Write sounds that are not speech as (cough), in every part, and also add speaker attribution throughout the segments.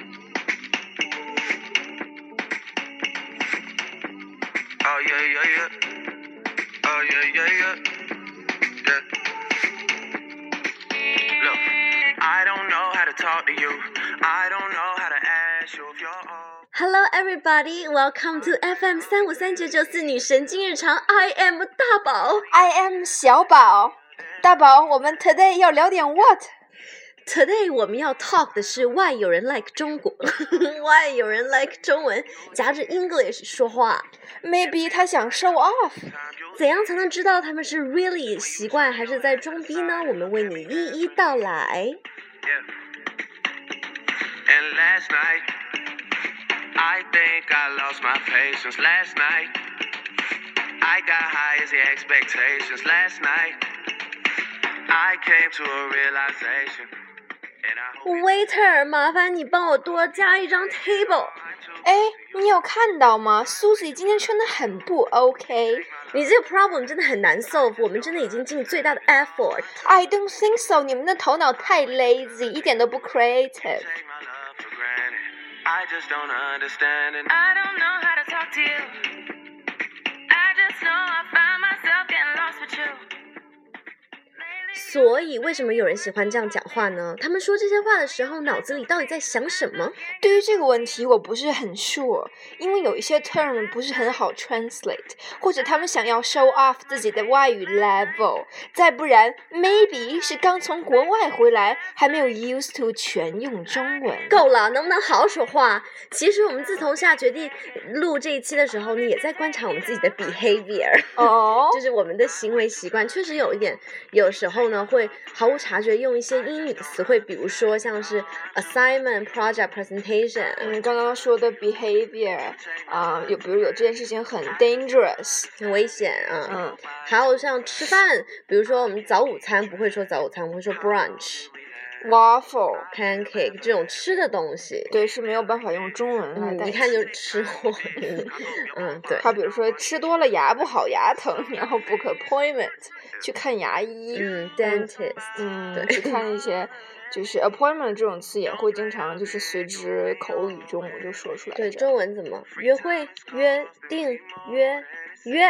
Speaker 1: Oh, yeah, yeah, yeah. Oh, yeah, yeah, yeah. Yeah. Look, I don't know how to talk to you. I don't know how to ask you if you're all.
Speaker 2: Hello, everybody. Welcome to FM 三五三九九四女神经日常。I am 大宝。
Speaker 3: I am 小宝，大宝，我们 today 要聊点 what？
Speaker 2: Today 我们要 talk 的是 Why 有人 like 中国 (laughs) ，Why 有人 like 中文，夹着 English 说话。
Speaker 3: Maybe 他想 show off。
Speaker 2: 怎样才能知道他们是 really 习惯还是在装逼呢？我们为你一一道来。
Speaker 1: Yeah. And last night, I think I lost my patience. Last night, I got high as the expectations. Last night, I came to a realization. And I hope
Speaker 2: Waiter，麻烦你帮我多加一张 table。
Speaker 1: I too.
Speaker 3: 哎，你有看到吗？Susie 今天穿的很不 OK。
Speaker 2: 你这个 problem 真的很难 solve，我们真的已经尽最大的 effort。
Speaker 3: I don't think so。你们的头脑太 lazy，一点都不 creative。
Speaker 1: Take my love for granted. I just don't understand it.
Speaker 4: I don't know how to talk to you. I just know I find myself getting lost with you. Lately,
Speaker 2: 所以为什么有人喜欢这样讲话呢？他们说这些话的时候，脑子里到底在想什么？
Speaker 3: 对于这个问题，我不是很 sure，因为有一些 term 不是很好 translate，或者他们想要 show off 自己的外语 level，再不然 maybe 是刚从国外回来，还没有 used to 全用中文。
Speaker 2: 够了，能不能好好说话？其实我们自从下决定录这一期的时候呢，也在观察我们自己的 behavior，
Speaker 3: 哦
Speaker 2: (laughs) 就是我们的行为习惯，确实有一点，有时候呢会毫无察觉用一些英语词汇，比如说像是 assignment、project、presentation。
Speaker 3: 嗯，刚刚说的 behavior 啊、有比如有这件事情很 dangerous，
Speaker 2: 很危险啊！
Speaker 3: 嗯，
Speaker 2: 还有像吃饭，比如说我们早午餐不会说早午餐，我们会说 brunch、
Speaker 3: ，waffle，
Speaker 2: pancake 这种吃的东西。
Speaker 3: 对，是没有办法用中文来
Speaker 2: 嗯，
Speaker 3: 代替。
Speaker 2: 一看就是吃货。嗯
Speaker 3: Uh,
Speaker 2: 嗯，对。
Speaker 3: 还比如说吃多了牙不好，牙疼，然后 book appointment (laughs) 去看牙医，
Speaker 2: 嗯，dentist。
Speaker 3: 嗯，去看一些就是 appointment 这种词也会经常就是随之口语中我就说出来
Speaker 2: 对，
Speaker 3: 这样。
Speaker 2: 中文怎么约会、约定、约约？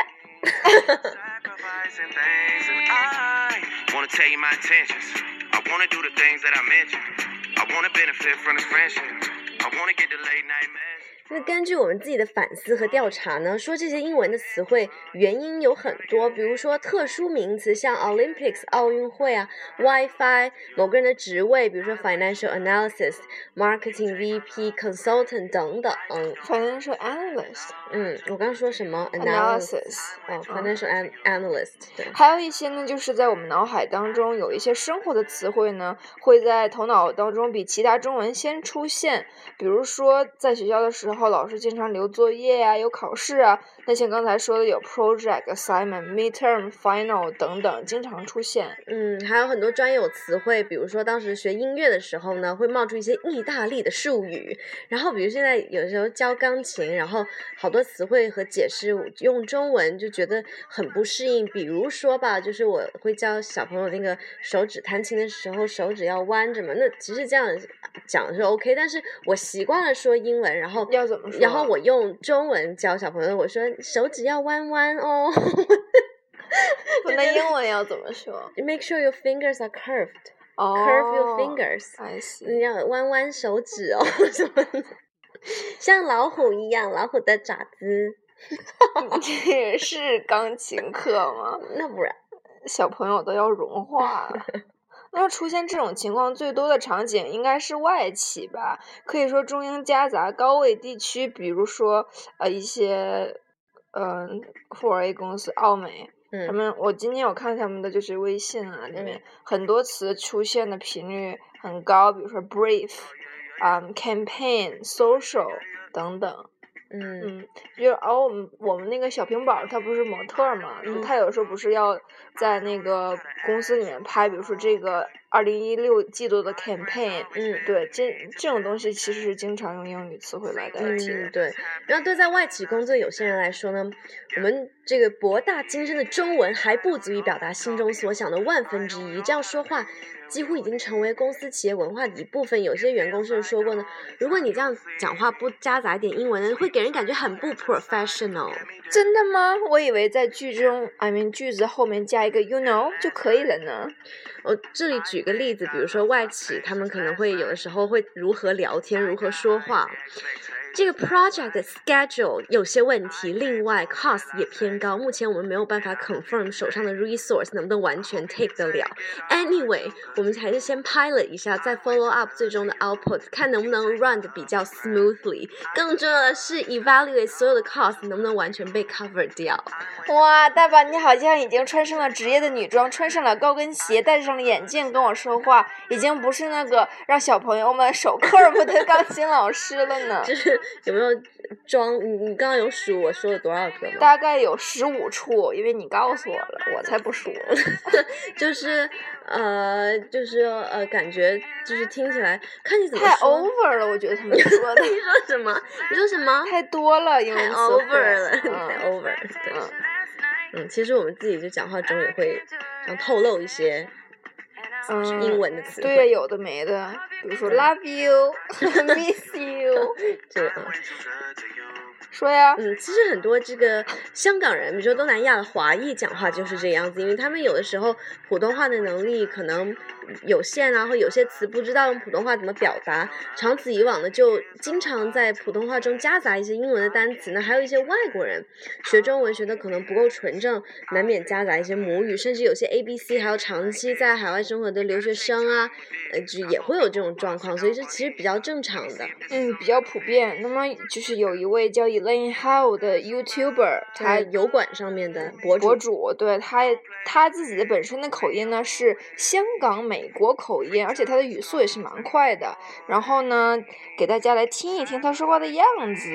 Speaker 1: Sacrificing things, and I wanna tell you my intentions. I wanna do the things that I mentioned. I wanna benefit from this friendship. I wanna get the late night message.
Speaker 2: 那根据我们自己的反思和调查呢，说这些英文的词汇原因有很多，比如说特殊名词，像 Olympics 奥运会啊，WiFi 某个人的职位，比如说 financial analysis、marketing VP、consultant 等等。嗯
Speaker 3: Financial analyst
Speaker 2: 嗯，我刚说什么
Speaker 3: analysis，
Speaker 2: 哦
Speaker 3: 嗯
Speaker 2: ，financial an analyst 对。
Speaker 3: 还有一些呢，就是在我们脑海当中有一些生活的词汇呢，会在头脑当中比其他中文先出现。比如说，在学校的时候，老师经常留作业呀、有考试啊。那像刚才说的，有 project、assignment、midterm、final 等等，经常出现。
Speaker 2: 嗯，还有很多专有词汇，比如说当时学音乐的时候呢，会冒出一些意大利的术语，然后比如现在有时候教钢琴，然后好多词汇和解释用中文就觉得很不适应。比如说吧，就是我会教小朋友那个手指弹琴的时候，手指要弯着嘛，那其实这样讲是 OK，但是我习惯了说英文，然后
Speaker 3: 要怎么说啊
Speaker 2: 然后我用中文教小朋友，我说手指要弯弯哦
Speaker 3: (laughs)
Speaker 2: (laughs)
Speaker 3: 那英文要怎么说
Speaker 2: ，Make sure your fingers are curved。
Speaker 3: 哦
Speaker 2: curve your fingers，、
Speaker 3: I see。
Speaker 2: (laughs)
Speaker 3: (laughs)
Speaker 2: 你要弯弯手指哦 (laughs) 什么的，像老虎一样，老虎的爪子，
Speaker 3: 你这也是钢琴课吗？
Speaker 2: 那不然
Speaker 3: 小朋友都要融化 (laughs) 了。那出现这种情况最多的场景应该是外企吧？可以说中英夹杂、高位地区，比如说呃一些嗯、富 f A 公司、澳美，他
Speaker 2: 嗯
Speaker 3: 们我今天有看他们的就是微信啊，里面很多词出现的频率很高，比如说 brief 啊、campaign、social 等等。
Speaker 2: 嗯
Speaker 3: 嗯，就是哦，我们我们那个小平宝他不是模特儿嘛，
Speaker 2: 嗯
Speaker 3: 他有时候不是要在那个公司里面拍，比如说这个二零一六季度的 campaign，
Speaker 2: 嗯
Speaker 3: 对，这这种东西其实是经常用英语词汇来代替的。
Speaker 2: 嗯，对。然后对在外企工作有些人来说呢，我们这个博大精深的中文还不足以表达心中所想的万分之一。这样说话几乎已经成为公司企业文化的一部分。有些员工甚至说过呢，如果你这样讲话不夹杂一点英文呢，会给人感觉很不 professional。
Speaker 3: 真的吗？我以为在句中，I mean 句子后面加一个 you know 哦就可以了呢。
Speaker 2: 我哦这里举个例子，比如说外企，他们可能会有的时候会如何聊天，如何说话。这个 project 的 schedule 有些问题，另外 cost 也偏高。目前我们没有办法 confirm 手上的 resource 能不能完全 take 得了。Anyway，我们还是先 pilot 一下，再 follow up 最终的 output，看能不能 run 的比较 smoothly。更重要的是 evaluate 所有的 cost 能不能完全被 cover 掉。
Speaker 3: 哇，大宝，你好像已经穿上了职业的女装，穿上了高跟鞋，戴上了眼镜跟我说话，已经不是那个让小朋友们手课儿不的钢琴老师了呢。
Speaker 2: 就是有没有装？你你刚刚有数我说了多少个吗？
Speaker 3: 大概有十五处，因为你告诉我了，我才
Speaker 2: (laughs)
Speaker 3: 不数。
Speaker 2: 就是呃，就是呃，感觉就是听起来看你怎么
Speaker 3: 太
Speaker 2: 说
Speaker 3: over 了，我觉得他们
Speaker 2: (laughs)
Speaker 3: 说的
Speaker 2: 你说什么？你说什么？
Speaker 3: 太多了，英
Speaker 2: 太
Speaker 3: 文词汇
Speaker 2: over 了，太
Speaker 3: 嗯
Speaker 2: over 了。对，
Speaker 3: 嗯
Speaker 2: 嗯，其实我们自己就讲话中也会想透露一些
Speaker 3: 嗯，
Speaker 2: 英文的词
Speaker 3: 对呀，
Speaker 2: 汇，
Speaker 3: 有的没的，比如说 love you 、miss you，
Speaker 2: (laughs) 就嗯
Speaker 3: 说呀，
Speaker 2: 嗯，其实很多这个香港人，比如说东南亚的华裔讲话就是这样子，因为他们有的时候普通话的能力可能有限啊，或有些词不知道用普通话怎么表达，长此以往呢，就经常在普通话中夹杂一些英文的单词。那还有一些外国人学中文学的可能不够纯正，难免夹杂一些母语，甚至有些 A B C，还有长期在海外生活的留学生啊，呃，就也会有这种状况，所以这其实比较正常的。
Speaker 3: 嗯，比较普遍。那么就是有一位叫 Elaine Howe 的 YouTuber，
Speaker 2: 他
Speaker 3: 他
Speaker 2: 油管上面的博主
Speaker 3: 博主，对他他自己的本身的口音呢是香港、美国口音，而且他的语速也是蛮快的。然后呢，给大家来听一听他说话的样子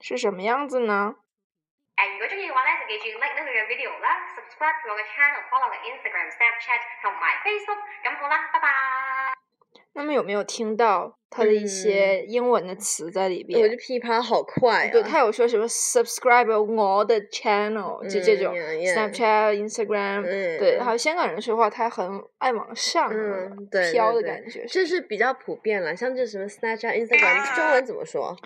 Speaker 3: 是什么样子呢？
Speaker 5: 誒，如果中意嘅話咧，就記住 like 呢佢嘅 video 啦，subscribe 我嘅 channel，follow 我嘅 Instagram、Snapchat 同埋 Facebook，咁好啦，拜拜。
Speaker 3: 那么有没有听到他的一
Speaker 2: 嗯
Speaker 3: 些英文的词在里边？
Speaker 2: 我就噼啪好快啊！
Speaker 3: 对他有说什么 subscribe 我的 channel，就这种
Speaker 2: 嗯，yeah，yeah
Speaker 3: Snapchat、Instagram，
Speaker 2: 嗯
Speaker 3: 对，还有香港人说话，他很爱往上
Speaker 2: 嗯，对，
Speaker 3: 飘
Speaker 2: 对
Speaker 3: 的
Speaker 2: 对
Speaker 3: 感觉。
Speaker 2: 这是比较普遍了。像这什么 Snapchat、Instagram，中文怎么说？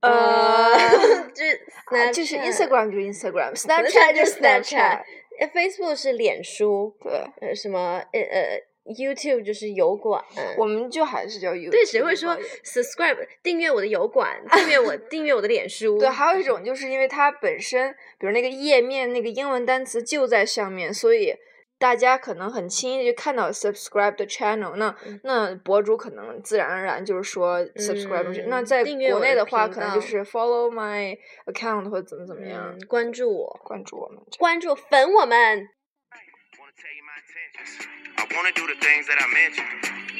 Speaker 3: 呃， (laughs)
Speaker 2: 这
Speaker 3: 啊
Speaker 2: Snapchat
Speaker 3: 就是 Instagram 就是 Instagram，Snapchat
Speaker 2: Snapchat
Speaker 3: 就
Speaker 2: 就是是
Speaker 3: Snapchat，
Speaker 2: Snapchat，呃，Facebook 是脸书，
Speaker 3: 对，
Speaker 2: 呃，什么呃呃 YouTube 就是油
Speaker 3: (laughs)
Speaker 2: 管。
Speaker 3: 我们就还是叫 YouTube。
Speaker 2: 对，谁会说 subscribe 订阅我的油 (laughs) 管，订阅我订阅我的脸书？
Speaker 3: 对，还有一种就是因为它本身，比如那个页面那个英文单词就在上面，所以大家可能很轻易就看到 subscribe 的 channel 那。
Speaker 2: 嗯
Speaker 3: 那博主可能自然而然就是说 subscribe 东西、那
Speaker 2: 嗯
Speaker 3: 在
Speaker 2: 订阅
Speaker 3: 国
Speaker 2: 我
Speaker 3: 内
Speaker 2: 的
Speaker 3: 的话，
Speaker 2: 频
Speaker 3: 可能
Speaker 2: 道
Speaker 3: 就是 follow my account 或者怎么怎么样、
Speaker 2: 嗯，关注我，
Speaker 3: 关注我们。
Speaker 2: 关注粉我们。
Speaker 1: wanna tell you my intentions. I wanna do the things that I mentioned.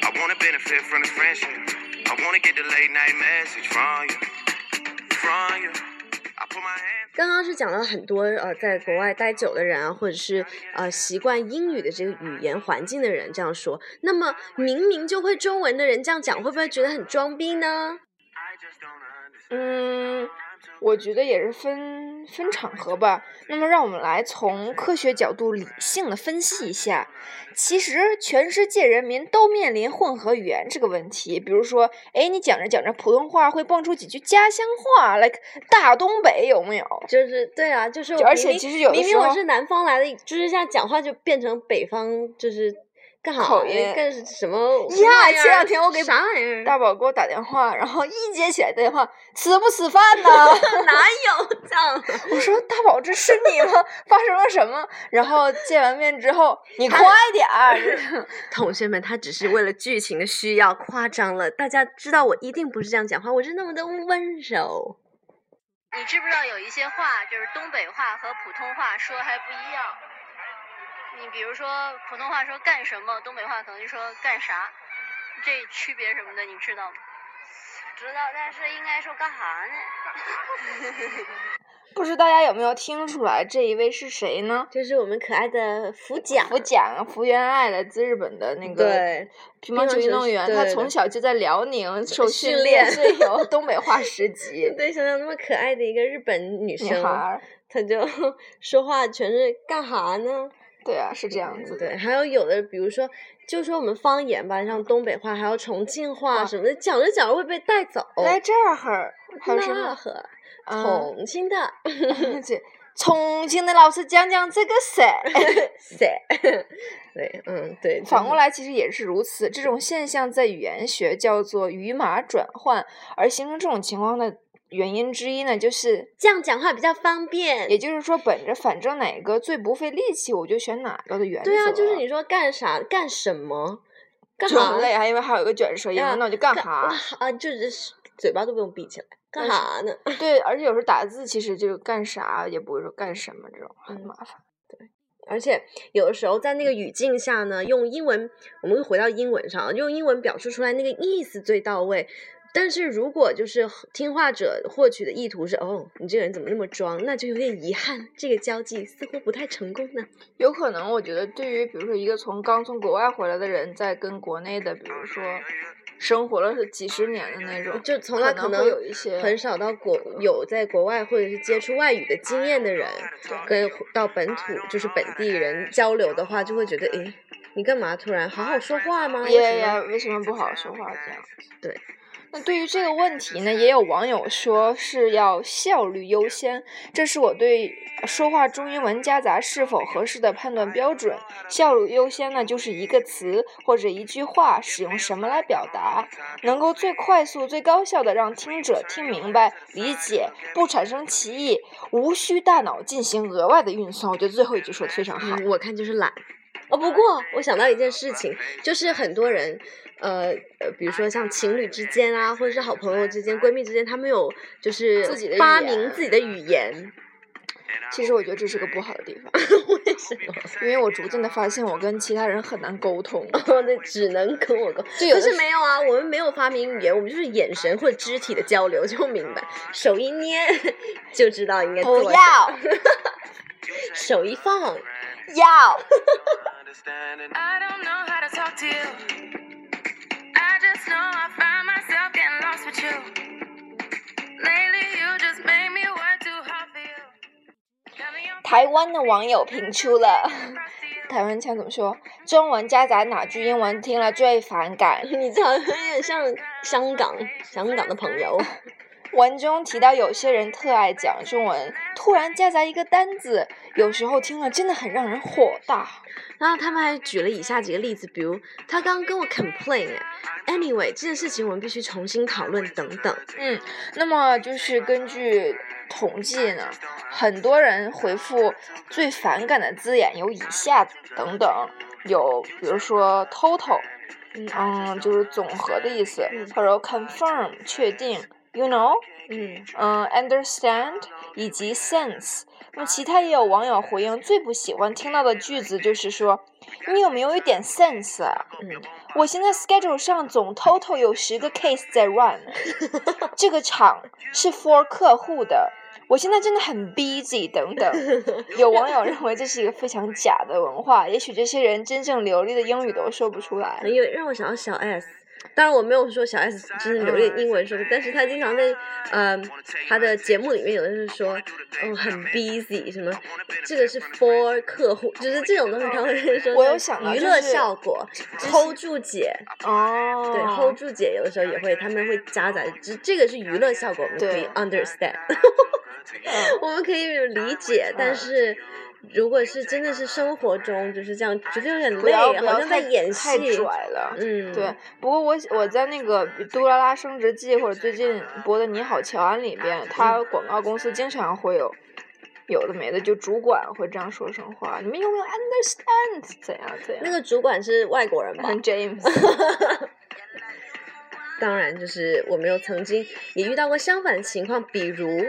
Speaker 1: I wanna benefit from this friendship. I wanna get the late night message from you. From you. I put my hands.
Speaker 2: 刚刚是讲到很多呃，在国外待久的人啊，或者是呃习惯英语的这个语言环境的人这样说。那么明明就会中文的人这样讲，会不会觉得很装逼呢？
Speaker 1: I just don't understand.
Speaker 3: 嗯，我觉得也是分分场合吧。那么，让我们来从科学角度理性的分析一下。其实，全世界人民都面临混合语言这个问题。比如说，哎，你讲着讲着普通话会蹦出几句家乡话，like 大东北有没有？
Speaker 2: 就是对啊，就是
Speaker 3: 就
Speaker 2: 我
Speaker 3: 而
Speaker 2: 明
Speaker 3: 且
Speaker 2: 明
Speaker 3: 其实有的
Speaker 2: 明
Speaker 3: 时
Speaker 2: 明
Speaker 3: 候
Speaker 2: 我是南方来的，就是这样讲话就变成北方就是干啥
Speaker 3: 口音
Speaker 2: 干什么
Speaker 3: 呀
Speaker 2: 玩意
Speaker 3: 前两
Speaker 2: 儿
Speaker 3: 天我给
Speaker 2: 啥玩意儿？
Speaker 3: 大宝给我打电话，然后一接起来电话，吃不吃饭呢？ (laughs)
Speaker 2: 哪有这样？
Speaker 3: 我说大宝，这是你吗？发生了什么？然后见完面之后，你快点儿。 (laughs)
Speaker 2: 同学们，他只是为了剧情的需要夸张了。大家知道我一定不是这样讲话，我是那么的温柔。
Speaker 6: 你知不知道有一些话就是东北话和普通话说还不一样？你比如说普通话说干什么，东北话可能就说干啥，这区别什么的你知道吗？知道，但是应该说干啥呢？
Speaker 3: 不知大家有没有听出来这一位是谁呢？
Speaker 2: 这是我们可爱的福甲，
Speaker 3: 福甲福原爱来自日本的那个
Speaker 2: 对，
Speaker 3: 乒乓球运动员，
Speaker 2: 对
Speaker 3: 她
Speaker 2: 对
Speaker 3: 从小就在辽宁受
Speaker 2: 训
Speaker 3: 训
Speaker 2: 练
Speaker 3: 所以
Speaker 2: (laughs)
Speaker 3: 有东北话十级。
Speaker 2: 对，想想那么可爱的一个日本女
Speaker 3: 女
Speaker 2: 生
Speaker 3: 孩，儿，
Speaker 2: 她就 (laughs) 说话全是干哈呢？
Speaker 3: 对啊，是这样子的。
Speaker 2: 对，还有有的，比如说，就说我们方言吧，像东北话，还有重庆话
Speaker 3: 哇
Speaker 2: 什么的，讲着讲着会被带走。
Speaker 3: 来这儿，哎还有什
Speaker 2: 哦那
Speaker 3: 么？
Speaker 2: 和
Speaker 3: 嗯，
Speaker 2: 重
Speaker 3: (laughs)
Speaker 2: 庆的 (laughs)
Speaker 3: 对，重庆的老师讲讲这个噻。
Speaker 2: 谁？ (laughs) 对，嗯，对，就
Speaker 3: 反过
Speaker 2: 是
Speaker 3: 来其实也是如此，这种现象在语言学叫做语码转换，而形成这种情况的原因之一呢，就是
Speaker 2: 这样讲话比较方便
Speaker 3: 也。就是说，本着反正哪个最不费力气，我就选哪个的原则。
Speaker 2: 对啊，就是你说干啥干什么，干
Speaker 3: 就
Speaker 2: 哈
Speaker 3: 很累，还因为还有一个卷舌音，
Speaker 2: 呀
Speaker 3: 那我就干
Speaker 2: 啊
Speaker 3: 哈？
Speaker 2: 啊，就是嘴巴都不用闭起来，干哈呢？ (laughs)
Speaker 3: 对，而且有时候打字其实就是干啥也不会说干什么这种，很
Speaker 2: 嗯
Speaker 3: 麻烦。
Speaker 2: 而且有的时候在那个语境下呢，用英文，我们回到英文上，用英文表述出来那个意思最到位。但是如果就是听话者获取的意图是哦，你这个人怎么那么装，那就有点遗憾，这个交际似乎不太成功呢。
Speaker 3: 有可能我觉得对于比如说一个从刚从国外回来的人，在跟国内的比如说生活了是几十年的那种，
Speaker 2: 就从来
Speaker 3: 可能
Speaker 2: 能
Speaker 3: 会有一些
Speaker 2: 很少到国有在国外或者是接触外语的经验的人，跟到本土就是本地人交流的话，就会觉得诶，你干嘛突然好好说话吗？为
Speaker 3: 耶
Speaker 2: 什么
Speaker 3: 呀，为什么不好好说话这样？
Speaker 2: 对。
Speaker 3: 那对于这个问题呢，也有网友说是要效率优先，这是我对说话中英文夹杂是否合适的判断标准。效率优先呢，就是一个词或者一句话使用什么来表达，能够最快速、最高效的让听者听明白、理解，不产生歧义，无需大脑进行额外的运算。我觉得最后一句说的非常好。
Speaker 2: 嗯，我看就是懒。哦，不过我想到一件事情，就是很多人，呃呃，比如说像情侣之间啊，或者是好朋友之间、闺蜜之间，他们有就是
Speaker 3: 自己的语
Speaker 2: 发
Speaker 3: 言
Speaker 2: 明自己的语言，
Speaker 3: 其实我觉得这是个不好的地方，
Speaker 2: (laughs) 为什么？
Speaker 3: 因为我逐渐的发现我跟其他人很难沟
Speaker 2: (laughs)
Speaker 3: 通。
Speaker 2: 我的只能跟我沟，
Speaker 3: 就有
Speaker 2: 可
Speaker 3: 的
Speaker 2: 是没有啊，我们没有发明语言，我们就是眼神或者肢体的交流就明白，手一捏就知道应该做
Speaker 3: 不
Speaker 2: 什么
Speaker 3: 要，
Speaker 2: 手一放， (laughs)
Speaker 3: 要。
Speaker 4: I don't know how to talk to you. I just know I find myself getting lost with you. Lately, you just made me work too hard for you. Tell me your
Speaker 3: 台湾的网友评出了台湾腔怎么说？中文夹杂哪句英文听了最反感？
Speaker 2: 你这好像有点像香港香港的朋友，
Speaker 3: 文中提到有些人特爱讲中文，突然夹杂一个单字，有时候听了真的很让人火大。
Speaker 2: 然后他们还举了以下几个例子，比如他刚刚跟我 complain 哎，anyway 这件事情我们必须重新讨论等等，
Speaker 3: 嗯，那么就是根据统计呢，很多人回复最反感的字眼有以下等等，有比如说 total，嗯，就是总和的意思，或者 confirm 确定，you know，
Speaker 2: 嗯，
Speaker 3: 嗯，understand 以及 sense。那么其他也有网友回应，最不喜欢听到的句子就是说，你有没有一点 sense 啊？
Speaker 2: 嗯，
Speaker 3: 我现在 schedule 上总 total 有十个 case 在
Speaker 2: (laughs)
Speaker 3: run，这个场是 for 客户的，我现在真的很 busy 等等。
Speaker 2: (laughs)
Speaker 3: 有网友认为这是一个非常假的文化，也许这些人真正流利的英语都说不出来。
Speaker 2: 因为让我想到小
Speaker 3: 哎
Speaker 2: S。当然我没有说小 S 就是流利英文说的，但是她经常在，嗯、她的节目里面有的是说，哦很 busy 什么，这个是 for 客户，就是这种东西他会说
Speaker 3: 我有
Speaker 2: 是
Speaker 3: 想到
Speaker 2: 娱
Speaker 3: 就
Speaker 2: 乐
Speaker 3: 是
Speaker 2: 效果，hold 住姐，
Speaker 3: 哦，
Speaker 2: 对 hold 住姐有的时候也会，他们会夹杂，这这个是娱乐效果，我们可以
Speaker 3: 对
Speaker 2: understand，我 (laughs) 们可以理解，但
Speaker 3: 嗯
Speaker 2: 是。如果是真的是生活中就是这样，觉得有点
Speaker 3: 不
Speaker 2: 累，
Speaker 3: 要不
Speaker 2: 好
Speaker 3: 要
Speaker 2: 像在
Speaker 3: 太
Speaker 2: 演
Speaker 3: 太
Speaker 2: 戏。
Speaker 3: 拽了。
Speaker 2: 嗯，
Speaker 3: 对，，不过我我在那个《杜拉拉升职记》或者最近播的《你好，乔安》里
Speaker 2: 嗯
Speaker 3: 边，他广告公司经常会有有的没的，就主管会这样说成话，你们有没有 understand 怎样怎样？
Speaker 2: 那个主管是外国人吧？
Speaker 3: 很
Speaker 2: (laughs)
Speaker 3: James，
Speaker 2: 当然，就是我们有曾经也遇到过相反的情况，比如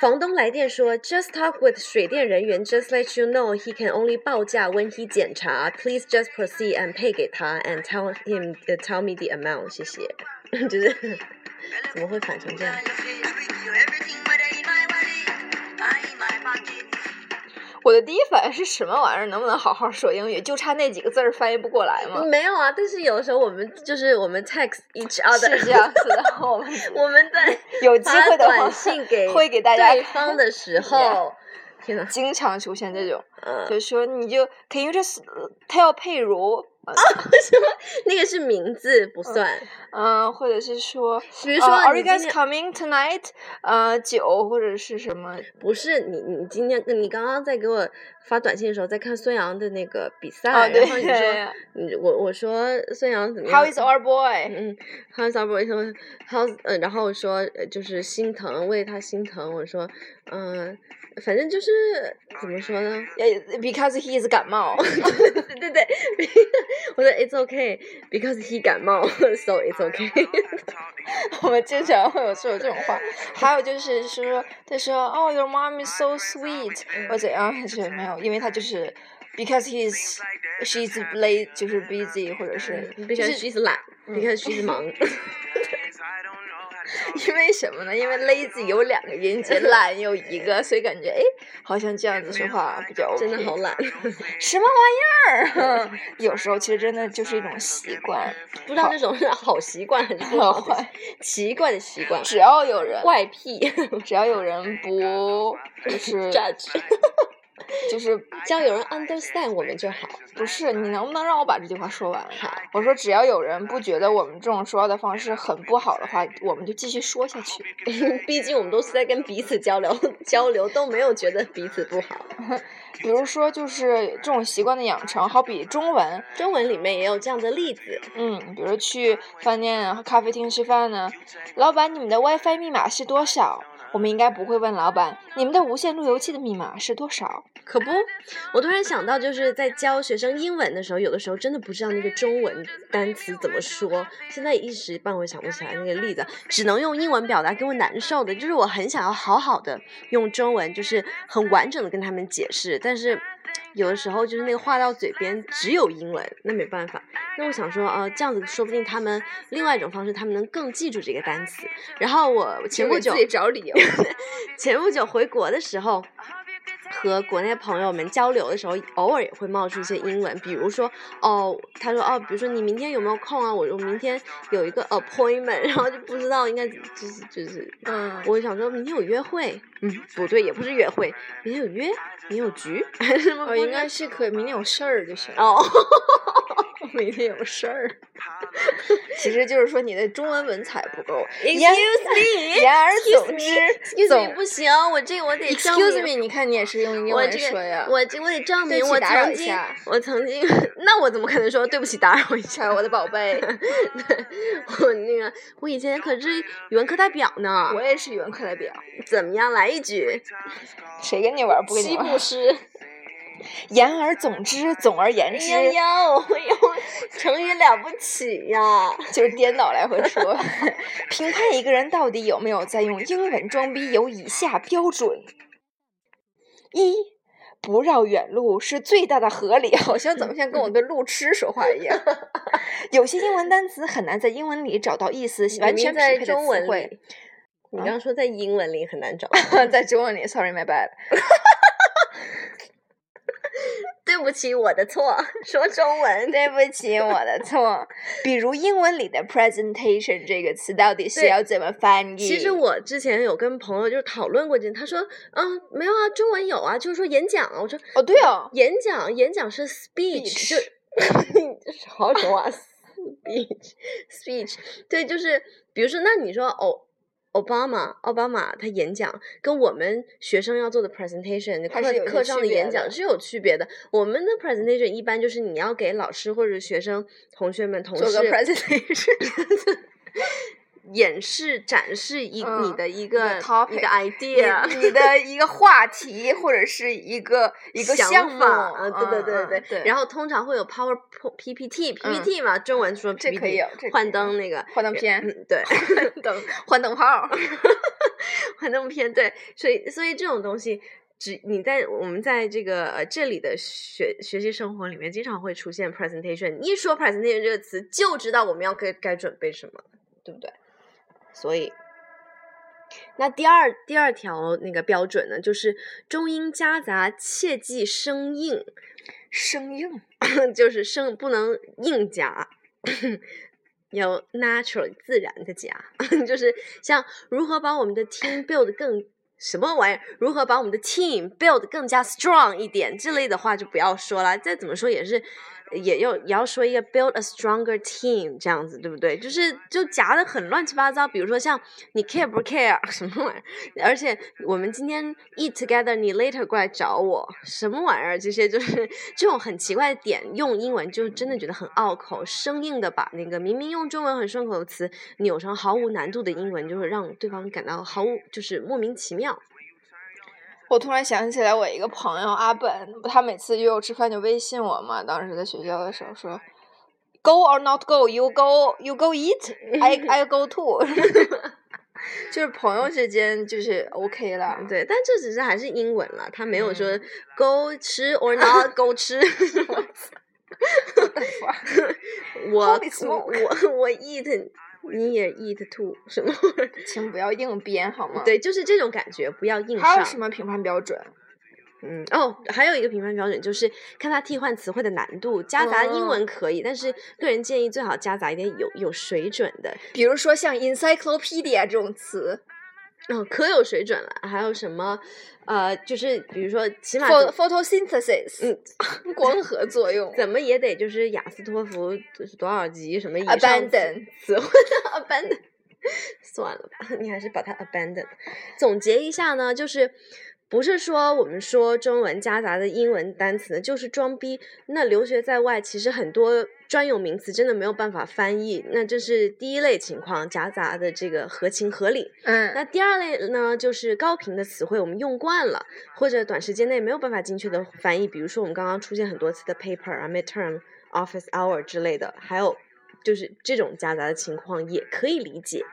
Speaker 2: 房东来电说，just talk with 水电人员，just let you know he can only 报价 when he 检查，please just proceed and pay 给他，and tell him、tell 呃 me the amount，谢 (laughs) 谢。就是怎么会反成这样？
Speaker 4: You everything but ain't my body.
Speaker 3: 我的第一反应是什么玩意儿？能不能好好说英语？就差那几个字儿翻译不过来吗？
Speaker 2: 没有啊，但是有的时候我们就是我们 text each
Speaker 3: 是
Speaker 2: other，
Speaker 3: 这样子的，我们
Speaker 2: (laughs) 我们在
Speaker 3: 有机
Speaker 2: 发
Speaker 3: 会的话
Speaker 2: 短信给
Speaker 3: 会给大家
Speaker 2: 对方的时候，天哪，
Speaker 3: (laughs) 经常出现这种，
Speaker 2: 嗯，
Speaker 3: 就说你就 Can you just tell 佩如，
Speaker 2: 那个是名字不算，
Speaker 3: 嗯、或者是说，
Speaker 2: 比如说
Speaker 3: 呃、Are
Speaker 2: 你
Speaker 3: you
Speaker 2: 今
Speaker 3: guys
Speaker 2: 天
Speaker 3: coming tonight？呃，酒或者是什么？
Speaker 2: 不是你，你今天你刚刚在给我发短信的时候，在看孙杨的那个比赛，
Speaker 3: 啊，对
Speaker 2: 然后你说你我我说孙杨怎么样
Speaker 3: ，How is our boy？
Speaker 2: 嗯，How's our boy？说 How's 呃，然后我说呃就是心疼，为他心疼。我说嗯、反正就是怎么说呢？ (laughs)
Speaker 3: 呃，Because he is 感冒。
Speaker 2: 对对对，我说 It's okay because he 感冒，so (laughs) it's
Speaker 3: (laughs)
Speaker 2: okay 。 (laughs)
Speaker 3: 我们经常会有说这种话，还有就是说， (laughs) 他说哦、y o u r mom is so sweet，或怎样，就是没有，因为他就是，because he's she's late，就是 busy，或者是就
Speaker 2: because
Speaker 3: 是嗯
Speaker 2: she's 懒，because she's 忙。 (laughs)
Speaker 3: 因为什么呢？因为 lazy 有两个音节，懒有一个，所以感觉哎，好像这样子说话比较 OK
Speaker 2: 真的好懒， (laughs)
Speaker 3: 什么玩意儿？ (laughs) 有时候其实真的就是一种习惯，
Speaker 2: 不知道那种是 (laughs) 好习惯还是不
Speaker 3: 好
Speaker 2: 好的
Speaker 3: 坏
Speaker 2: 习惯 (laughs) 的习惯，
Speaker 3: 只要有人，
Speaker 2: 怪癖
Speaker 3: 只要有人不就是 (laughs)
Speaker 2: judge。
Speaker 3: 就是
Speaker 2: 只要有人 understand 我们就好。
Speaker 3: 不是，你能不能让我把这句话说完？我说，只要有人不觉得我们这种说话的方式很不好的话，我们就继续说下去。 (laughs)
Speaker 2: 毕竟我们都是在跟彼此交流，交流都没有觉得彼此不好。
Speaker 3: (laughs) 比如说，就是这种习惯的养成，好比中文，
Speaker 2: 中文里面也有这样的例子，
Speaker 3: 嗯，比如去饭店啊、咖啡厅吃饭呢，老板，你们的 WiFi 密码是多少？我们应该不会问老板，你们的无线路由器的密码是多少？
Speaker 2: 可不，我突然想到，就是在教学生英文的时候，有的时候真的不知道那个中文单词怎么说，现在一时半会想不起来那个例子，只能用英文表达，给我难受的，就是我很想要好好的用中文，就是很完整的跟他们解释，但是有的时候就是那个话到嘴边只有英文，那没办法。那我想说，呃，这样子说不定他们另外一种方式，他们能更记住这个单词。然后我前不久
Speaker 3: 找理由。
Speaker 2: (laughs) 前不久回国的时候，和国内朋友们交流的时候，偶尔也会冒出一些英文，比如说哦，他说哦，比如说你明天有没有空啊？我我明天有一个 appointment，然后就不知道应该就是就是，
Speaker 3: (laughs) 嗯，
Speaker 2: 我想说明天有约会，嗯，不对，也不是约会，明天有约，明天有局， (laughs) 还是什么？
Speaker 3: 我哦应该是可以，明天有事儿就是。
Speaker 2: 哦，
Speaker 3: (laughs) 明天有
Speaker 2: (laughs)
Speaker 3: 事儿。其实就是说你的中文文采不 (laughs) 够。言
Speaker 2: Excuse me，
Speaker 3: 言而
Speaker 2: excuse
Speaker 3: 总
Speaker 2: me，
Speaker 3: 之
Speaker 2: excuse
Speaker 3: 总
Speaker 2: me，不行，我这个我得证明
Speaker 3: Excuse me，你看你也是用英
Speaker 2: 我
Speaker 3: 文
Speaker 2: 这
Speaker 3: 说呀
Speaker 2: 个，。我这我得证
Speaker 3: 对
Speaker 2: 明
Speaker 3: 不
Speaker 2: 我
Speaker 3: 起打扰
Speaker 2: 曾
Speaker 3: 一
Speaker 2: 经
Speaker 3: 下，
Speaker 2: 我曾经， (laughs) 那我怎么可能说对不起打扰一
Speaker 3: 哎
Speaker 2: 下？
Speaker 3: 我的宝贝，
Speaker 2: 对， (laughs) 我那个我以前可是语文课代表呢
Speaker 3: 我，也是语文课代表。
Speaker 2: 怎么样？来一句，
Speaker 3: 谁跟你玩儿不跟你
Speaker 2: 七
Speaker 3: 玩
Speaker 2: 步
Speaker 3: 儿？ (laughs)
Speaker 2: 诗。
Speaker 3: 言而总之，总而言
Speaker 2: 哎
Speaker 3: 之，
Speaker 2: 呀呀，我
Speaker 3: (laughs)
Speaker 2: 有成语了不起呀！
Speaker 3: 就是颠倒来回说。 (laughs) 评判一个人到底有没有在用英文装逼，有以下标准：一，不绕远路是最大的合理。好像怎么像跟我对路痴说话一样。有些英文单词很难在英文里找到意思完
Speaker 2: 明明
Speaker 3: 全匹配
Speaker 2: 在
Speaker 3: 的
Speaker 2: 中
Speaker 3: 词
Speaker 2: 文
Speaker 3: 汇。啊
Speaker 2: 里，你刚说在英文里很难
Speaker 3: (laughs)
Speaker 2: 找，
Speaker 3: 在中文里，sorry my bad。
Speaker 2: 对不起，我的错，说中文。
Speaker 3: 对不起，我的错。 (laughs) 比如英文里的 presentation 这个词到底是
Speaker 2: 对
Speaker 3: 要怎么翻译？
Speaker 2: 其实我之前有跟朋友就是讨论过这，他说，嗯，没有啊，中文有啊，就是说演讲啊。我说
Speaker 3: 哦，对
Speaker 2: (laughs)
Speaker 3: 哦，
Speaker 2: 演讲，演讲是 speech，就 (laughs) 好好
Speaker 3: 啊
Speaker 2: 说话，speech，speech，对，就是比如说，那你说哦。奥巴马，奥巴马他演讲跟我们学生要做的 presentation
Speaker 3: 还是有
Speaker 2: 课
Speaker 3: 些
Speaker 2: 课上
Speaker 3: 区
Speaker 2: 的
Speaker 3: 别
Speaker 2: 演
Speaker 3: 的
Speaker 2: 讲是有区别的。我们的 presentation 一般就是你要给老师或者学生、同学们、同
Speaker 3: 做个
Speaker 2: 事
Speaker 3: presentation。
Speaker 2: (laughs) 演示、展示一、你
Speaker 3: 嗯
Speaker 2: 的一
Speaker 3: 的
Speaker 2: 个一
Speaker 3: topic，
Speaker 2: 个
Speaker 3: 你
Speaker 2: idea，
Speaker 3: 你
Speaker 2: (laughs)
Speaker 3: 的一个话题或者是一个一个
Speaker 2: 想
Speaker 3: 项目，
Speaker 2: 法啊，对对对
Speaker 3: 嗯
Speaker 2: 对
Speaker 3: 嗯对，
Speaker 2: 然
Speaker 3: 后
Speaker 2: 后通常会有 Power po- PPT
Speaker 3: 嗯
Speaker 2: PPT 嘛，中文说 PPT,
Speaker 3: 这可以有这可以
Speaker 2: 幻
Speaker 3: 有
Speaker 2: 灯那个
Speaker 3: 幻灯片
Speaker 2: (laughs) 嗯，对，
Speaker 3: 等换灯泡， (laughs)
Speaker 2: 幻灯片对，所以所以这种东西。只你在我们在这个呃这里的学学习生活里面，经常会出现 presentation。一说 presentation 这个词，就知道我们要该该准备什么了，对不对？所以那第二第二条那个标准呢，就是中英夹杂，切忌生硬，
Speaker 3: 生硬，
Speaker 2: 就是生不能硬夹。要 natural 自然的夹， (laughs) 就是像如何把我们的 team build 更什么玩意儿，如何把我们的 team build 更加 strong 一点之类的话就不要说了，再怎么说也是，也要也要说一个 build a stronger team 这样子，对不对？就是就夹的很乱七八糟，比如说像你 care 不 care (laughs) 什么玩意儿，而且我们今天 eat together，你 later 过来找我，什么玩意儿？这些就是这种很奇怪的点，用英文就真的觉得很拗口，生硬的把那个明明用中文很顺口的词扭成毫无难度的英文，就会让对方感到毫无就是莫名其妙。
Speaker 3: 我突然想起来，我一个朋友阿本，他每次约我吃饭就微信我嘛。当时在学校的时候说，Go or not go, you go, you go eat, I I go too 。 (laughs) 就是朋友之间就是 OK 了， (laughs)
Speaker 2: 对，但这只是还是英文了，他没有说 go 吃 or not go 吃。我
Speaker 3: Holy
Speaker 2: 我 (laughs) 我 eat，你也 eat too，什么 (laughs) 玩意儿？
Speaker 3: 请不要硬编好吗？，
Speaker 2: 对，就是这种感觉，不要硬
Speaker 3: 还有
Speaker 2: 上。
Speaker 3: 什么评判标准？
Speaker 2: 嗯，哦，还有一个评判标准就是看他替换词汇的难度，夹杂英文可以，但是个人建议最好夹杂一点有有水准的，
Speaker 3: 比如说像 encyclopedia 这种词
Speaker 2: 嗯，可有水准了。还有什么，呃，就是比如说起码
Speaker 3: ，pho
Speaker 2: 怎
Speaker 3: photosynthesis，嗯，光合
Speaker 2: (laughs)
Speaker 3: 作用
Speaker 2: 怎么也得就是雅思托福就是多少级什么以上 (laughs)
Speaker 3: ，abandon，
Speaker 2: 词汇 (laughs) abandon。算了吧，你还是把它 abandon。总结一下呢，就是不是说我们说中文夹杂的英文单词呢，就是装逼。那留学在外，其实很多专有名词真的没有办法翻译，那这是第一类情况，夹杂的这个合情合理。
Speaker 3: 嗯，
Speaker 2: 那第二类呢，就是高频的词汇我们用惯了，或者短时间内没有办法精确的翻译，比如说我们刚刚出现很多次的 paper 啊、midterm、office hour 之类的，还有就是这种夹杂的情况也可以理解。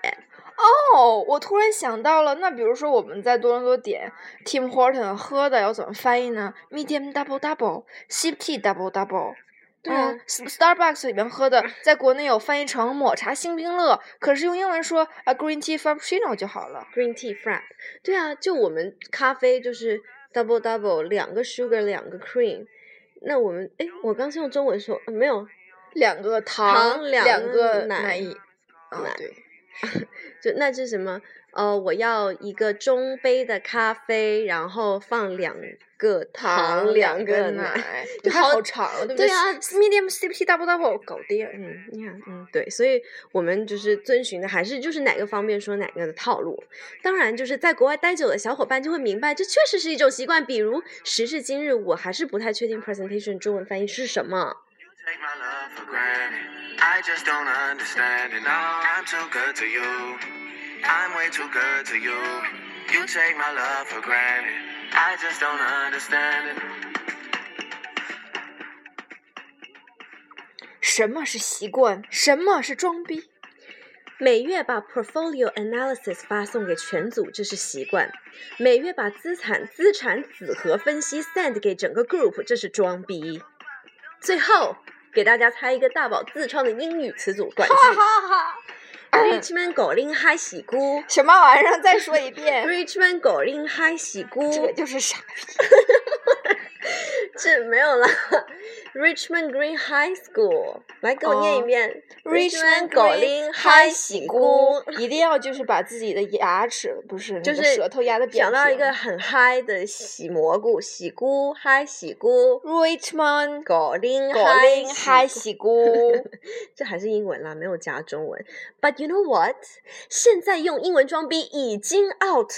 Speaker 3: 哦，我突然想到了，那比如说我们在多伦多点 Tim Horton 喝的要怎么翻译呢？Medium double double, sip tea double double。
Speaker 2: 对啊
Speaker 3: 嗯，S-，Starbucks 里面喝的，在国内有翻译成抹茶星冰乐，可是用英文说啊 green tea frappuccino 就好了。
Speaker 2: Green tea frap，对啊，就我们咖啡就是 double double 两个 sugar 两个 cream，那我们哎，我刚是用中文说、呃没有，
Speaker 3: 两个糖，
Speaker 2: 糖
Speaker 3: 两
Speaker 2: 两个
Speaker 3: 个
Speaker 2: 奶
Speaker 3: 饮，啊、
Speaker 2: 奶
Speaker 3: 对，
Speaker 2: 就那是什么？呃，我要一个中杯的咖啡，然后放两个糖，两
Speaker 3: 个
Speaker 2: 奶。
Speaker 3: 奶，
Speaker 2: 就
Speaker 3: 你看
Speaker 2: 好
Speaker 3: 好长了，对不
Speaker 2: 对
Speaker 3: 对
Speaker 2: 啊
Speaker 3: ，medium sip tea double double 搞定。
Speaker 2: 嗯，你看，嗯，对，所以我们就是遵循的还是就是哪个方便说哪个的套路。当然，就是在国外待久的小伙伴就会明白，这确实是一种习惯。比如时至今日，我还是不太确定 presentation 中文翻译是什么。
Speaker 1: Take my love for granted. I just don't understand it. No, I'm too good to you. I'm way too good to you. You take my love for granted. I just don't understand it.
Speaker 3: 什么是习惯？什么是装逼？
Speaker 2: 每月把 portfolio analysis 发送给全组，这是习惯；每月把资产资产组合分析 send 给整个 group，这是装逼。最后给大家猜一个大宝自创的英语词组短句
Speaker 3: 哈哈。嗯
Speaker 2: ：Richmond 狗令嗨喜姑
Speaker 3: 什么玩意儿？再说一
Speaker 2: (laughs)
Speaker 3: 遍，
Speaker 2: ，Richmond 狗令嗨喜姑，
Speaker 3: 这就是傻
Speaker 2: 这没有了。Richmond Green High School，来给我念一
Speaker 3: 哦
Speaker 2: 遍。
Speaker 3: Richmond
Speaker 2: 狗
Speaker 3: 狗
Speaker 2: 令
Speaker 3: 令
Speaker 2: 嗨
Speaker 3: 嗨
Speaker 2: 喜
Speaker 3: 喜
Speaker 2: 姑
Speaker 3: 姑，一定要就是把自己的牙齿不是那
Speaker 2: 就
Speaker 3: 个
Speaker 2: 是
Speaker 3: 舌头压的扁
Speaker 2: 想到一
Speaker 3: 平
Speaker 2: 个很嗨的喜蘑菇，喜菇嗨喜菇，
Speaker 3: Richmond
Speaker 2: 狗拎
Speaker 3: 狗令嗨
Speaker 2: 喜
Speaker 3: 喜
Speaker 2: (laughs)
Speaker 3: 姑，
Speaker 2: 菇，这还是英文啦，没有加中文。But you know what？现在用英文装逼已经 out，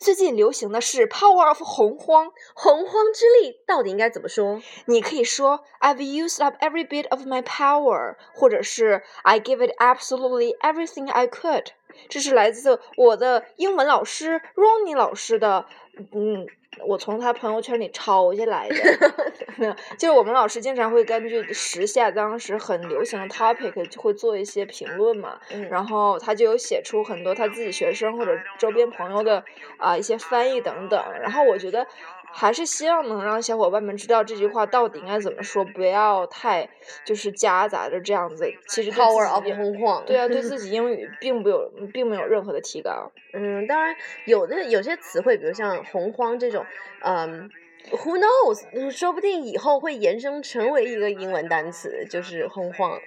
Speaker 3: 最近流行的是 Power of 洪荒，
Speaker 2: 洪荒之力到底应该怎么说？
Speaker 3: 你可以说 I've used up every bit of my power，或者是 I gave it absolutely everything I could。这是来自我的英文老师 Ronnie 老师的，嗯，我从他朋友圈里抄下来的。就是我们老师经常会根据时下当时很流行的 topic 就会做一些评论嘛，
Speaker 2: 嗯
Speaker 3: 然后他就有写出很多他自己学生或者周边朋友的啊、一些翻译等等。然后我觉得还是希望能让小伙伴们知道这句话到底应该怎么说，不要太就是夹杂着这样子。其实对自
Speaker 2: power up
Speaker 3: 己
Speaker 2: 洪晃。
Speaker 3: 对
Speaker 2: (laughs)
Speaker 3: 啊，对自己英语并没有并没有任何的提高。
Speaker 2: 嗯，当然有的有些词汇，比如像洪荒这种，嗯，who knows，嗯说不定以后会延伸成为一个英文单词，就是洪荒，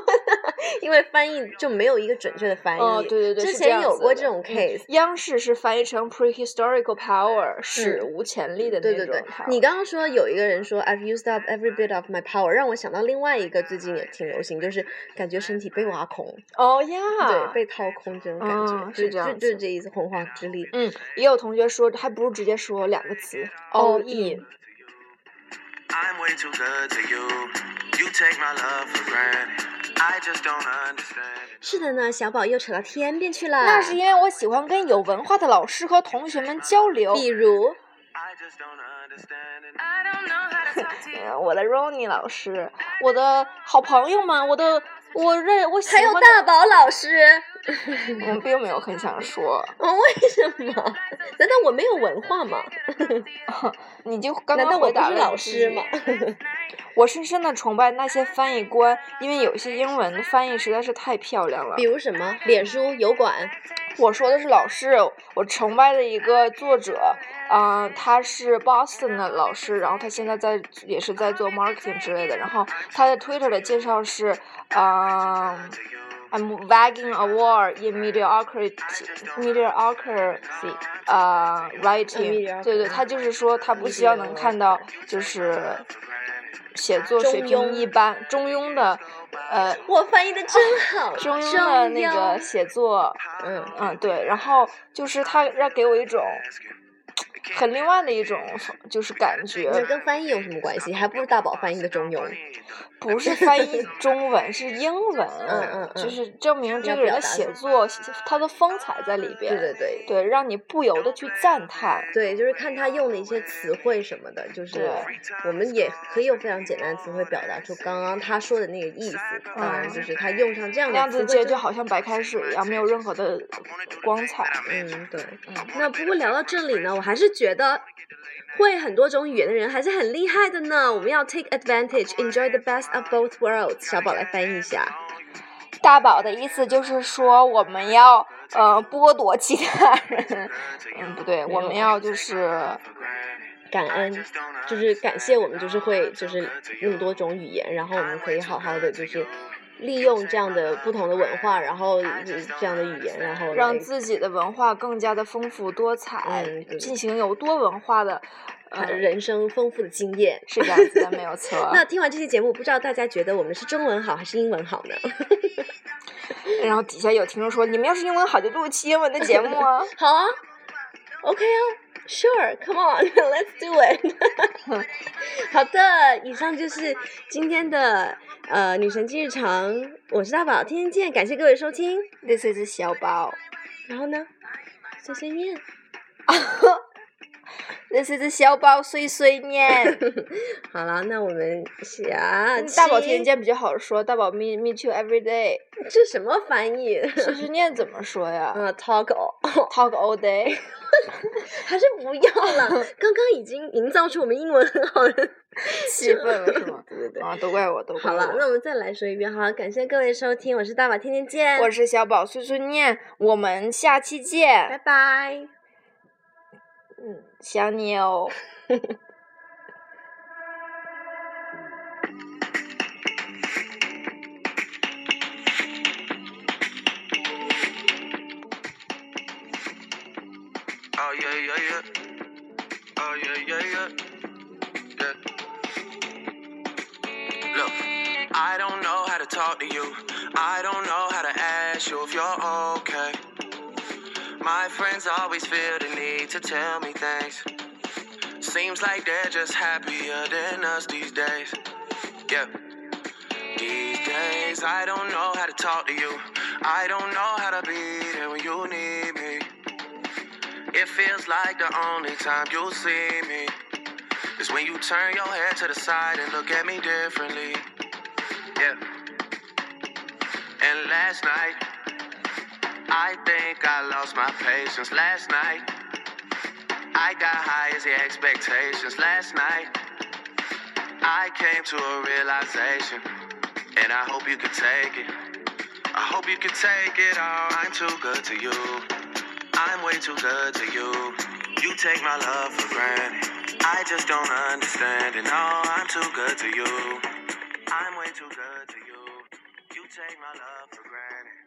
Speaker 2: (laughs) 因为翻译就没有一个准确的翻译。
Speaker 3: 哦，对对对，
Speaker 2: 之
Speaker 3: 是这
Speaker 2: 前
Speaker 3: 样
Speaker 2: 有
Speaker 3: 子
Speaker 2: 过
Speaker 3: 的
Speaker 2: 这种
Speaker 3: 嗯
Speaker 2: case，、
Speaker 3: 央视是翻译成 prehistorical power，史无前例的
Speaker 2: 对
Speaker 3: 那
Speaker 2: 对
Speaker 3: 种
Speaker 2: 对
Speaker 3: power。，
Speaker 2: 你刚刚说有一个人说 I've used up every bit of my power，让我想到另外一个最近也挺流行，就是感觉身体被挖空，
Speaker 3: 哦呀，
Speaker 2: 对，被掏空这种感觉，
Speaker 3: 哦
Speaker 2: 就是
Speaker 3: 这样
Speaker 2: 就就是
Speaker 3: 子
Speaker 2: 这意思，洪荒之力。
Speaker 3: 嗯，也有同学说，还不如直接说两个词
Speaker 2: All
Speaker 3: all in。
Speaker 1: I'm way too good to you. You take my love for granted. I just don't understand.
Speaker 2: 是的呢，小宝又扯到天边去了。
Speaker 3: 那是因为我喜欢跟有文化的老师和同学们交流。
Speaker 2: 比如
Speaker 1: I just don't understand it.
Speaker 4: I don't know how to talk to you.
Speaker 3: 呃我的 Ronnie 老师，我的好朋友们，我的我认我喜
Speaker 2: 还
Speaker 3: 欢
Speaker 2: 有
Speaker 3: 的
Speaker 2: 大宝老师，
Speaker 3: 我并没有很想说，
Speaker 2: 哦，为什么？ (laughs) 难道我没有文化吗？
Speaker 3: 你就刚
Speaker 2: 难道
Speaker 3: 刚
Speaker 2: 我
Speaker 3: 回
Speaker 2: 不
Speaker 3: 答
Speaker 2: 是
Speaker 3: 了
Speaker 2: 老
Speaker 3: 你自
Speaker 2: 师
Speaker 3: 己
Speaker 2: 吗？
Speaker 3: (laughs) 我深深的崇拜那些翻译官，因为有些英文的翻译实在是太漂亮了
Speaker 2: 比。如什么？脸书、油管，
Speaker 3: 我说的是老师，我崇拜的一个作者，嗯、他是 Boston 的老师，然后他现在在也是在做 marketing 之类的，然后他的 Twitter 的介绍是，嗯、
Speaker 1: To you.
Speaker 3: I'm wagging a war in mediocrity, mediocrity, 呃
Speaker 2: mediocrity
Speaker 3: writing，对对，他就是说他不希望能看到就是写作水
Speaker 2: 中庸
Speaker 3: 平一般、中庸的，呃，
Speaker 2: (laughs) 我翻译的真好，啊
Speaker 3: 中庸的那个
Speaker 2: 庸
Speaker 3: 写作，
Speaker 2: 嗯，
Speaker 3: 嗯，对，然后就是他让给我一种很另外的一种就是感觉，
Speaker 2: 那跟翻译有什么关系？还不如大宝翻译的中庸。
Speaker 3: 不是翻译中文，是英文，
Speaker 2: (laughs) 嗯嗯
Speaker 3: 就是证明这
Speaker 2: 要
Speaker 3: 个人
Speaker 2: 表
Speaker 3: 的
Speaker 2: 达
Speaker 3: 写
Speaker 2: 什么
Speaker 3: 作，他的风采在里边，
Speaker 2: 对对对
Speaker 3: 对，让你不由得去赞叹。
Speaker 2: 对，就是看他用的一些词汇什么的，就是
Speaker 3: 对
Speaker 2: 我们也可以用非常简单的词汇表达出刚刚他说的那个意思。当然，就是他用上这嗯样
Speaker 3: 那
Speaker 2: 的
Speaker 3: 样
Speaker 2: 词
Speaker 3: 子
Speaker 2: 汇
Speaker 3: 接
Speaker 2: 之
Speaker 3: 就
Speaker 2: 后
Speaker 3: 好像白开水一样，没有任何的光彩。
Speaker 2: 嗯，对。
Speaker 3: 嗯，
Speaker 2: 那不过聊到这里呢，我还是觉得会很多种语言的人还是很厉害的呢。我们要 take advantage，enjoy the best of both worlds。小宝来翻译一下。
Speaker 3: 大宝的意思就是说，我们要呃剥夺其他人， (laughs) 嗯，不对，我们要就是
Speaker 2: 感恩，就是感谢我们，就是会就是那么多种语言，然后我们可以好好的就是利用这样的不同的文化，然后就是这样的语言，然后来
Speaker 3: 让自己的文化更加的丰富多彩
Speaker 2: 嗯，对
Speaker 3: 进行有多文化的，呃
Speaker 2: 呃，人生丰富的经验。
Speaker 3: 是这样子的，没有错。
Speaker 2: (laughs) 那听完这期节目，不知道大家觉得我们是中文好还是英文好呢？
Speaker 3: 然后底下有听众说，你们要是英文好，就录一期英文的节目 (laughs) 啊。
Speaker 2: (laughs) 好啊，OK 啊，Sure，Come (laughs) on，Let's do it 。 (laughs) 好的，以上就是今天的呃女神记日常，我是大宝，天天见，感谢各位收听。
Speaker 3: This is 小宝
Speaker 2: 然后呢，碎碎念。
Speaker 3: ，This is 小宝碎碎 (laughs) 念。
Speaker 2: 好了，那我们下期
Speaker 3: 嗯大宝天天见比较好说，大宝 me me too every (laughs) day，
Speaker 2: 这什么翻译？ (laughs)
Speaker 3: 碎碎念怎么说呀
Speaker 2: 呃 t a l k
Speaker 3: 嗯 (laughs) ？Talk all day。 (laughs)
Speaker 2: 还是不要了。刚刚已经营造出我们英文很好
Speaker 3: (laughs)
Speaker 2: 的
Speaker 3: 气氛了是吗？ (laughs) 对对对，啊，都怪我，都怪
Speaker 2: 好
Speaker 3: 我。
Speaker 2: 了，那我们再来说一遍哈，感谢各位收听，我是大宝，天天见，
Speaker 3: 我是小宝碎碎念，我们下期
Speaker 2: 拜
Speaker 3: 见，
Speaker 2: 拜。
Speaker 3: 想你哦。
Speaker 1: Oh yeah yeah yeah. Oh yeah yeah yeah. Yeah. Look, I don't know how to talk to you. I don't know how to ask you if you're okay. My friends always feel the need to tell me things. Seems like they're just happier than us these days. Yeah. These days, I don't know how to talk to you. I don't know how to be there when you need me. It feels like the only time you'll see me is when you turn your head to the side and look at me differently. Yeah. And last night, I think I lost my patience. Last night, I got high as the expectations last night. I came to a realization, and I hope you can take it. I hope you can take it all. I'm too good to you. I'm way too good to you. You take my love for granted. I just don't understand it. No, I'm too good to you. I'm way too good to you. You take my love for granted.